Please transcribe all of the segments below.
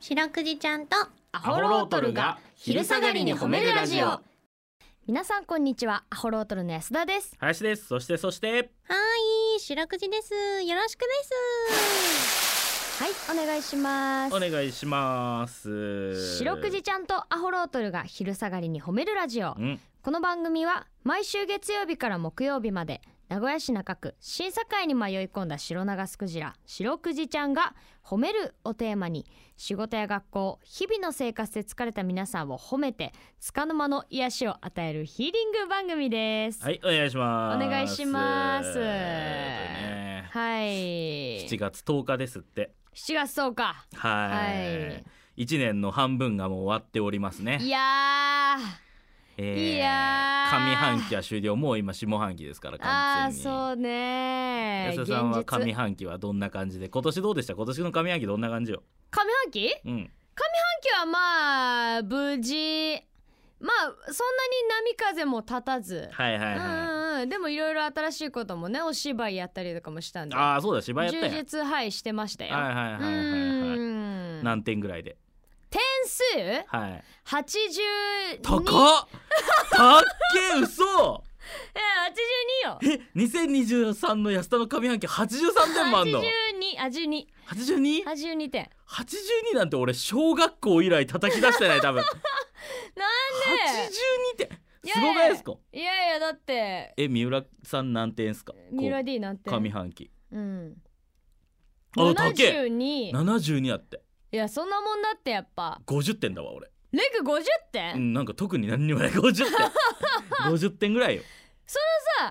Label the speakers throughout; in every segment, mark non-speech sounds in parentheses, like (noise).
Speaker 1: 白くじちゃんとア
Speaker 2: ホロートルが昼下がりに褒めるラジオ
Speaker 3: 皆さんこんにちはアホロートルの安田です
Speaker 2: 林ですそしてそして
Speaker 1: はい白くじですよろしくです
Speaker 3: はいお願いします
Speaker 2: お願いします
Speaker 3: 白くじちゃんとアホロートルが昼下がりに褒めるラジオ
Speaker 2: うん
Speaker 3: この番組は毎週月曜日から木曜日まで名古屋市中区審査会に迷い込んだ白長スクジラ白くじちゃんが褒めるをテーマに仕事や学校日々の生活で疲れた皆さんを褒めて束の間の癒しを与えるヒーリング番組です
Speaker 2: はいお願いします
Speaker 3: お願いします
Speaker 2: えっとね
Speaker 3: はい
Speaker 2: 7月10日ですって
Speaker 3: 7月10日
Speaker 2: はい、
Speaker 3: はい
Speaker 2: 一年の半分がもう終わっておりますね
Speaker 3: いやー
Speaker 2: え
Speaker 3: いやー
Speaker 2: 上半期は終了もう今下半期ですから
Speaker 3: あー
Speaker 2: 完全に
Speaker 3: そうね
Speaker 2: 安田さんは上半期はどんな感じで今年どうでした今年の上半期どんな感じよ
Speaker 3: 上半期上
Speaker 2: うん
Speaker 3: 半期はまあ無事まあそんなに波風も立たず、
Speaker 2: はいはいはい、
Speaker 3: うんうんでもいろいろ新しいこともねお芝居やったりとかもしたんで
Speaker 2: ああそうだ芝居やった
Speaker 3: 充
Speaker 2: やん
Speaker 3: 実はいしてましたよ、
Speaker 2: はいはいはいはいは
Speaker 3: う
Speaker 2: い
Speaker 3: ん
Speaker 2: 何点ぐらいで
Speaker 3: 点数
Speaker 2: はい
Speaker 3: 82
Speaker 2: 高っ
Speaker 3: いや
Speaker 2: たっけ嘘
Speaker 3: 82よ
Speaker 2: え2023の安田の上半期83点もあんの
Speaker 3: 82あ 12,
Speaker 2: 82?82
Speaker 3: 82点
Speaker 2: なんて俺小学校以来叩き出してない多分82点
Speaker 3: いや
Speaker 2: すごないですか
Speaker 3: いやいやだって
Speaker 2: え三浦さん何点ですかこう
Speaker 3: 三浦 D なんて
Speaker 2: 上半期
Speaker 3: うん
Speaker 2: あ高え
Speaker 3: 72
Speaker 2: 72あって
Speaker 3: いやそんなもんだってやっぱ
Speaker 2: 50点だわ俺
Speaker 3: レグ50点、
Speaker 2: うんなんか特に何にもない50点
Speaker 3: (laughs)
Speaker 2: 50点ぐらいよ
Speaker 3: そ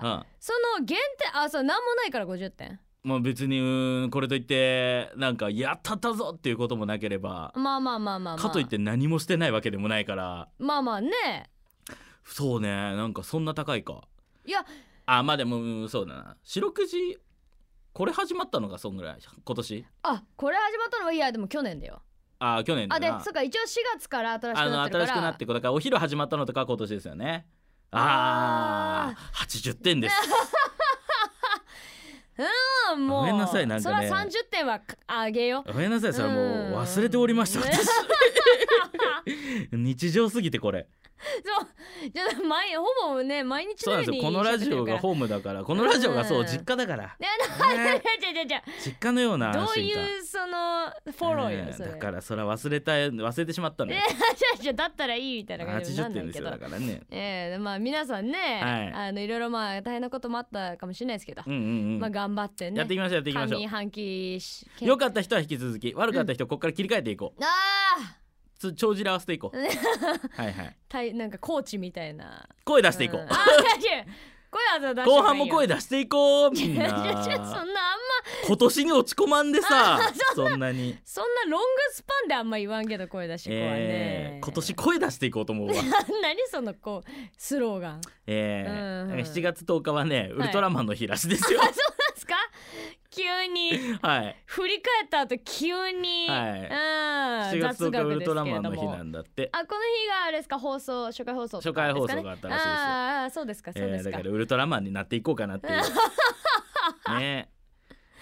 Speaker 2: れ
Speaker 3: の
Speaker 2: さ、
Speaker 3: その減点あそうなんもないから50点
Speaker 2: うんまあ、別にうーんこれといってなんかやったったぞっていうこともなければ
Speaker 3: まあまあまあまあ、まあ、
Speaker 2: かといって何もしてないわけでもないから
Speaker 3: まあまあね
Speaker 2: そうねなんかそんな高いか
Speaker 3: いや
Speaker 2: あまあでもうんそうだな四六時これ始まったのがそんぐらい今年
Speaker 3: あこれ始まったのはいやでも去年だよ
Speaker 2: あ去年だ
Speaker 3: あで
Speaker 2: な
Speaker 3: そっか一応4月から新し
Speaker 2: あ
Speaker 3: く
Speaker 2: の
Speaker 3: なってる
Speaker 2: 新
Speaker 3: か
Speaker 2: しくな
Speaker 3: ら
Speaker 2: ってくだからお昼始まったのとか今年ですよねああ80点
Speaker 3: (laughs)
Speaker 2: です
Speaker 3: うんもう
Speaker 2: ごめんなさいなんかね
Speaker 3: そら30点はあげ
Speaker 2: (laughs)
Speaker 3: よう
Speaker 2: ごめんなさいそれもう
Speaker 3: うん
Speaker 2: 忘れておりました
Speaker 3: ね
Speaker 2: 私日常すぎ
Speaker 3: (laughs)
Speaker 2: てこれ
Speaker 3: そうじゃあ毎ほぼね毎日
Speaker 2: そう
Speaker 3: の
Speaker 2: なん
Speaker 3: ように
Speaker 2: ですよこのラジオが
Speaker 3: ほ
Speaker 2: ホームだからこのラジオがそう
Speaker 3: うん
Speaker 2: 実家だから
Speaker 3: いやいやい (laughs)
Speaker 2: ね
Speaker 3: やいやいやい
Speaker 2: 実家のような
Speaker 3: やど
Speaker 2: 安
Speaker 3: う
Speaker 2: 心感
Speaker 3: いうそのフォロー
Speaker 2: え
Speaker 3: よ
Speaker 2: え
Speaker 3: それ
Speaker 2: だからそれは忘れた忘れてしまった
Speaker 3: (laughs)
Speaker 2: の
Speaker 3: い
Speaker 2: よ
Speaker 3: やいやいやだったらいいみたいな感じにな
Speaker 2: 80
Speaker 3: んない
Speaker 2: 点です
Speaker 3: け
Speaker 2: よ
Speaker 3: ど
Speaker 2: だからね
Speaker 3: ええまあ皆さんね、
Speaker 2: はい
Speaker 3: あのいろいろまあ大変なこともあったかもしれないですけど、
Speaker 2: うんうんうん、
Speaker 3: まあ頑張ってね
Speaker 2: やっていきましょうやっていきましょ
Speaker 3: 上半期
Speaker 2: う良かった人は引き続き悪かった人ここから切り替えていこう
Speaker 3: ああ
Speaker 2: つ帳尻合わせていこ
Speaker 3: (laughs)
Speaker 2: うはいはい
Speaker 3: たいなんかコーチみたいな
Speaker 2: 声出していこう、
Speaker 3: んあーいやいや声は出して
Speaker 2: (laughs) 後半も声
Speaker 3: 出
Speaker 2: 出していこうみ
Speaker 3: い
Speaker 2: ん
Speaker 3: や (laughs) いやいやそんなあんま
Speaker 2: な今年に落ち込まんで
Speaker 3: (laughs)
Speaker 2: さそんなに、
Speaker 3: そんなロングスパンであんま言わんけど声出してこうはね、
Speaker 2: えー今年声出していこうと思うわ
Speaker 3: (laughs) 何そのこうスローガンなん
Speaker 2: え
Speaker 3: う
Speaker 2: ー、
Speaker 3: ん
Speaker 2: なんか7月10日はねウルトラマンの日らしいです
Speaker 3: (laughs)
Speaker 2: よ
Speaker 3: ですか急
Speaker 2: (laughs)
Speaker 3: に
Speaker 2: はい
Speaker 3: 振り返った後急に、
Speaker 2: はい
Speaker 3: うん
Speaker 2: 7月
Speaker 3: 雑
Speaker 2: 10日
Speaker 3: 学
Speaker 2: ウ
Speaker 3: です
Speaker 2: ルトラ
Speaker 3: けれ
Speaker 2: マン
Speaker 3: ど
Speaker 2: の日
Speaker 3: も
Speaker 2: なんだって
Speaker 3: あこの日があれですか放送初回放送とかですか、ね、
Speaker 2: 初回放送があったらしいですよ
Speaker 3: あーあーそうです (laughs) かそう
Speaker 2: え
Speaker 3: で
Speaker 2: ー
Speaker 3: す
Speaker 2: だ
Speaker 3: か、
Speaker 2: からウルトラマンになっていこうかなっていう
Speaker 3: (laughs)
Speaker 2: ね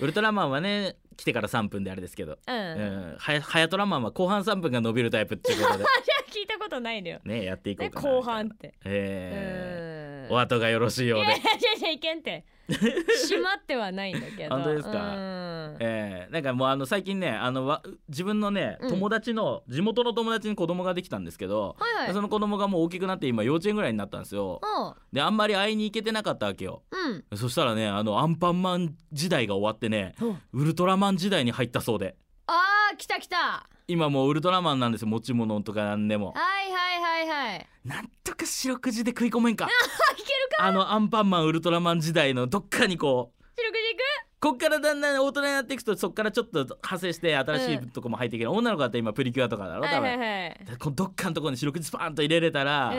Speaker 2: ウルトラマンはね来てから3分であれですけど、う
Speaker 3: うん、
Speaker 2: ん、はやはやトラマンは後半3分が伸びるタイプっていうことで
Speaker 3: (laughs) 聞いたことないのよ、
Speaker 2: ねやっていこ
Speaker 3: ね、
Speaker 2: うかな
Speaker 3: 後半って、
Speaker 2: えー
Speaker 3: うん
Speaker 2: お後がよろしいよう
Speaker 3: いやい
Speaker 2: で、
Speaker 3: やいやいけんって閉まってはないんだけど
Speaker 2: 本当ですか
Speaker 3: うん
Speaker 2: えーなんかもうあの最近ねあのわ自分のね
Speaker 3: うん
Speaker 2: 友達の、地元の友達に子供ができたんですけど、
Speaker 3: はいはい
Speaker 2: その子供がもう大きくなって今幼稚園ぐらいになったんですよであんまり会いに行けてなかったわけよ
Speaker 3: うんうん
Speaker 2: そしたらねあのアンパンマン時代が終わってね
Speaker 3: うん
Speaker 2: ウルトラマン時代に入ったそうで
Speaker 3: あー来た来たは
Speaker 2: 今もうウルトラマンなんですよ持ち物とかなんでも
Speaker 3: いはいはいはい
Speaker 2: なんとか四六時で食い込めんか
Speaker 3: あいけるか
Speaker 2: あのアンパンマンウルトラマン時代のどっかにこう
Speaker 3: 白くじいく
Speaker 2: こっからだんだん大人になっていくとそっからちょっと派生して新しいとこも入っていける、女の子だって今プリキュアとかだろ
Speaker 3: は
Speaker 2: 多
Speaker 3: い
Speaker 2: 分、
Speaker 3: はいはい
Speaker 2: でこのどっかのとこに四六時スパーンと入れれたら、
Speaker 3: うん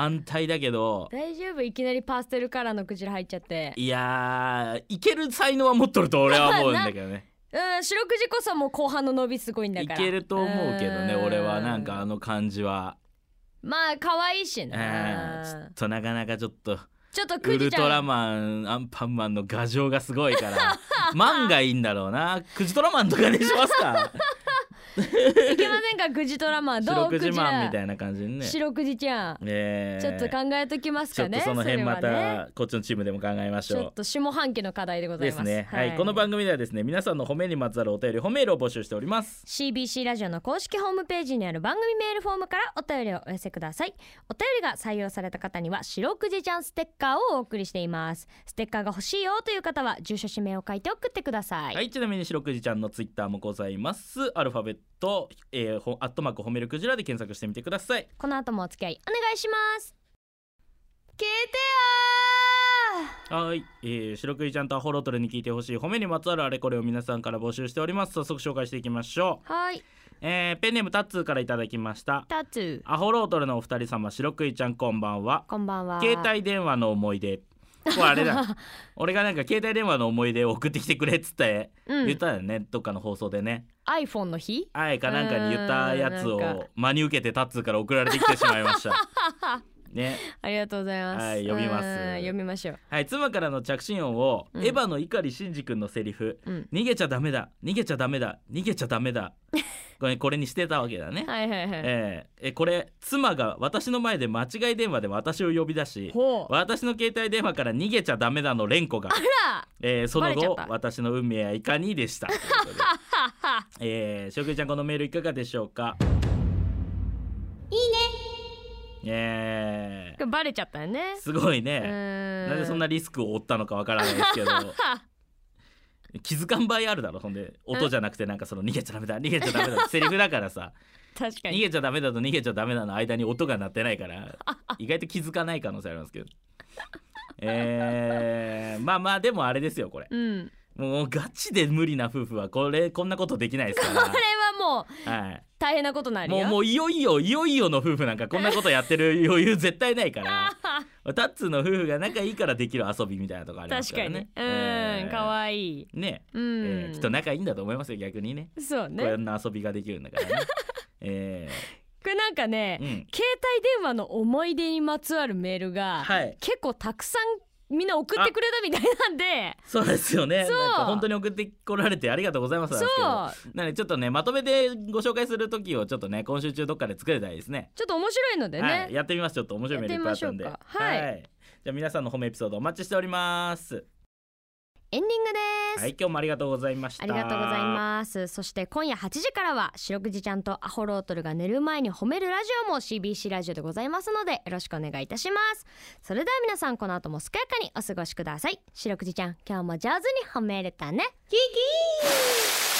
Speaker 2: 安泰だけど
Speaker 3: 大丈夫いきなりパステルカラーのクジラ入っちゃって
Speaker 2: いやーいける才能は持っとると俺は思うんだけどね
Speaker 3: うん白くじこそもう後半の伸びすごいんだ
Speaker 2: い
Speaker 3: から
Speaker 2: けると思うけどね
Speaker 3: うん
Speaker 2: 俺はなんかあの感じは、
Speaker 3: まあ可愛いし
Speaker 2: うんちょ
Speaker 3: な
Speaker 2: っとなかなかちょっと。
Speaker 3: ちょっと
Speaker 2: ウ
Speaker 3: クジ
Speaker 2: ル
Speaker 3: ちゃん
Speaker 2: トラマンアンパンマンの牙
Speaker 3: (laughs)
Speaker 2: 城がすごいからマンがいいんだろうなクジトラマンとかにしますか
Speaker 3: いけませんかグジトラマン (laughs) ど
Speaker 2: 白
Speaker 3: う
Speaker 2: く
Speaker 3: グ
Speaker 2: じ
Speaker 3: ジ
Speaker 2: マンみたいな感じにね
Speaker 3: 白くじちゃん、
Speaker 2: ねえ
Speaker 3: ちょっと考えときます
Speaker 2: ちょ
Speaker 3: か
Speaker 2: っと
Speaker 3: ね
Speaker 2: その辺ま
Speaker 3: れはね
Speaker 2: たこっちのチームでも考えまし
Speaker 3: ちょ
Speaker 2: ょ
Speaker 3: っと下半期の課題でご
Speaker 2: う
Speaker 3: ざい
Speaker 2: で
Speaker 3: ます
Speaker 2: すねはい、この番組ではですね皆さんの褒めにまつわるお便り褒めールを募集しております
Speaker 3: CBC ラジオの公式ホームページにある番組メールフォームからお便りをお寄せくださいお便りが採用された方には白くじちゃんステッカーをお送りしていますステッカーが欲しいよという方は住所氏名を書いて送ってください
Speaker 2: はい、ちなみに白くじちゃんのツイッターもございますアルファベット、えー、ほアットマーク褒めるクジラで検索してみてください
Speaker 3: この後もお付き合いお願いします聞いてよ
Speaker 2: はい、えー、白くじちゃんとアホロトルに聞いてほしい褒めにまつわるあれこれを皆さんから募集しております早速紹介していきましょ、
Speaker 3: ーはいう
Speaker 2: えー、ペンネームタッツーからいただきました
Speaker 3: タツ
Speaker 2: アホロートルのお二人様白くじちゃんこんばんは
Speaker 3: こんばんは
Speaker 2: 携帯電話の思い出これあ
Speaker 3: (laughs)
Speaker 2: れだ俺がなんか携帯電話の思い出を送ってきてくれっつって
Speaker 3: う
Speaker 2: 言っ
Speaker 3: ん、
Speaker 2: たよね、どっかの放送でね
Speaker 3: iPhone の日
Speaker 2: あえかなんかに言ったやつ
Speaker 3: うーんなんか
Speaker 2: を真に受けてタッツーから送られてきてしまいました
Speaker 3: (laughs)
Speaker 2: ね
Speaker 3: ありがとうございます
Speaker 2: はい読みます
Speaker 3: うん読みましょう
Speaker 2: はい妻からの着信音を、
Speaker 3: うん
Speaker 2: エヴァの碇シンジ君のセリフ
Speaker 3: うん
Speaker 2: 逃げちゃダメだ逃げちゃダメだ逃げちゃダ
Speaker 3: (laughs)
Speaker 2: メだこれこれにしてたわけだね、
Speaker 3: はいはいはい
Speaker 2: えーえこれ妻が私の前で間違い電話で私を呼び出し
Speaker 3: ほう
Speaker 2: 私の携帯電話から逃げちゃダメだの連呼が
Speaker 3: あ
Speaker 2: えーその
Speaker 3: バレちゃ
Speaker 2: 後
Speaker 3: った
Speaker 2: 私の運命やいかにでしたということ
Speaker 3: (laughs)
Speaker 2: で
Speaker 3: ら
Speaker 2: えー、しょうくいちゃんこのメールいかがでしょうか
Speaker 1: いいね
Speaker 2: え
Speaker 3: バレちゃったよね
Speaker 2: ー、すごいうね、
Speaker 3: ーん
Speaker 2: なんでそんなリスクを負ったのかわからないですけど気づかん場合あるだろほんで音じゃなくてなんかその逃げちゃダメだ逃げちゃダメだってセリフだからさ
Speaker 3: 確か
Speaker 2: 逃
Speaker 3: に
Speaker 2: げちゃダメだと逃げちゃダメだの間に音が鳴ってないから意外と気づかない可能性ありますけどえー、まあまあでもあれですよこれ
Speaker 3: うん
Speaker 2: もうガチで無理な夫婦はこれこんなことできないですか
Speaker 3: これはもう
Speaker 2: ら、はい、
Speaker 3: 大変なことになる
Speaker 2: もう
Speaker 3: よ
Speaker 2: もういよいよいよいよの夫婦なんかこんなことやってる余裕絶対な
Speaker 3: (laughs)
Speaker 2: いからタッツーの夫婦が仲いいからできる遊びみたいなとこあります
Speaker 3: 確
Speaker 2: か
Speaker 3: からに
Speaker 2: ね
Speaker 3: うん可
Speaker 2: い
Speaker 3: 愛い
Speaker 2: いね、
Speaker 3: う
Speaker 2: え
Speaker 3: ん
Speaker 2: ーきっと仲いいんだと思いますよ逆にね
Speaker 3: そうね
Speaker 2: こんな遊びができるんだから
Speaker 3: (laughs)
Speaker 2: ねえ
Speaker 3: これなんかね
Speaker 2: ーうん
Speaker 3: 携帯電話の思い出にまつわるメールが
Speaker 2: はい
Speaker 3: 結構たくさんみんな送ってくれたみたいなんで
Speaker 2: そうですよね
Speaker 3: そう
Speaker 2: なんか本当に送ってこられてありがとうございますなん
Speaker 3: そ
Speaker 2: で
Speaker 3: う
Speaker 2: すけどなのでちょっとねまとめてご紹介する時をちょっとね今週中どっかで作れたらいいですね
Speaker 3: ちょっと面白いので
Speaker 2: はい、
Speaker 3: ね
Speaker 2: やってみますちょっと面白いメールいっぱいあったんで
Speaker 3: やってみましょうかはい
Speaker 2: じゃあ皆さんの褒めエピソードお待ちしております
Speaker 3: エンディングです
Speaker 2: はい今日もありがとうございました
Speaker 3: ありがとうございますそして今夜8時からは白くじちゃんとアホロートルが寝る前に褒めるラジオも CBC ラジオでございますのでよろしくお願いいたしますそれでは皆さんこの後も健やかにお過ごしください白くじちゃん今日も上手に褒めれたねキキー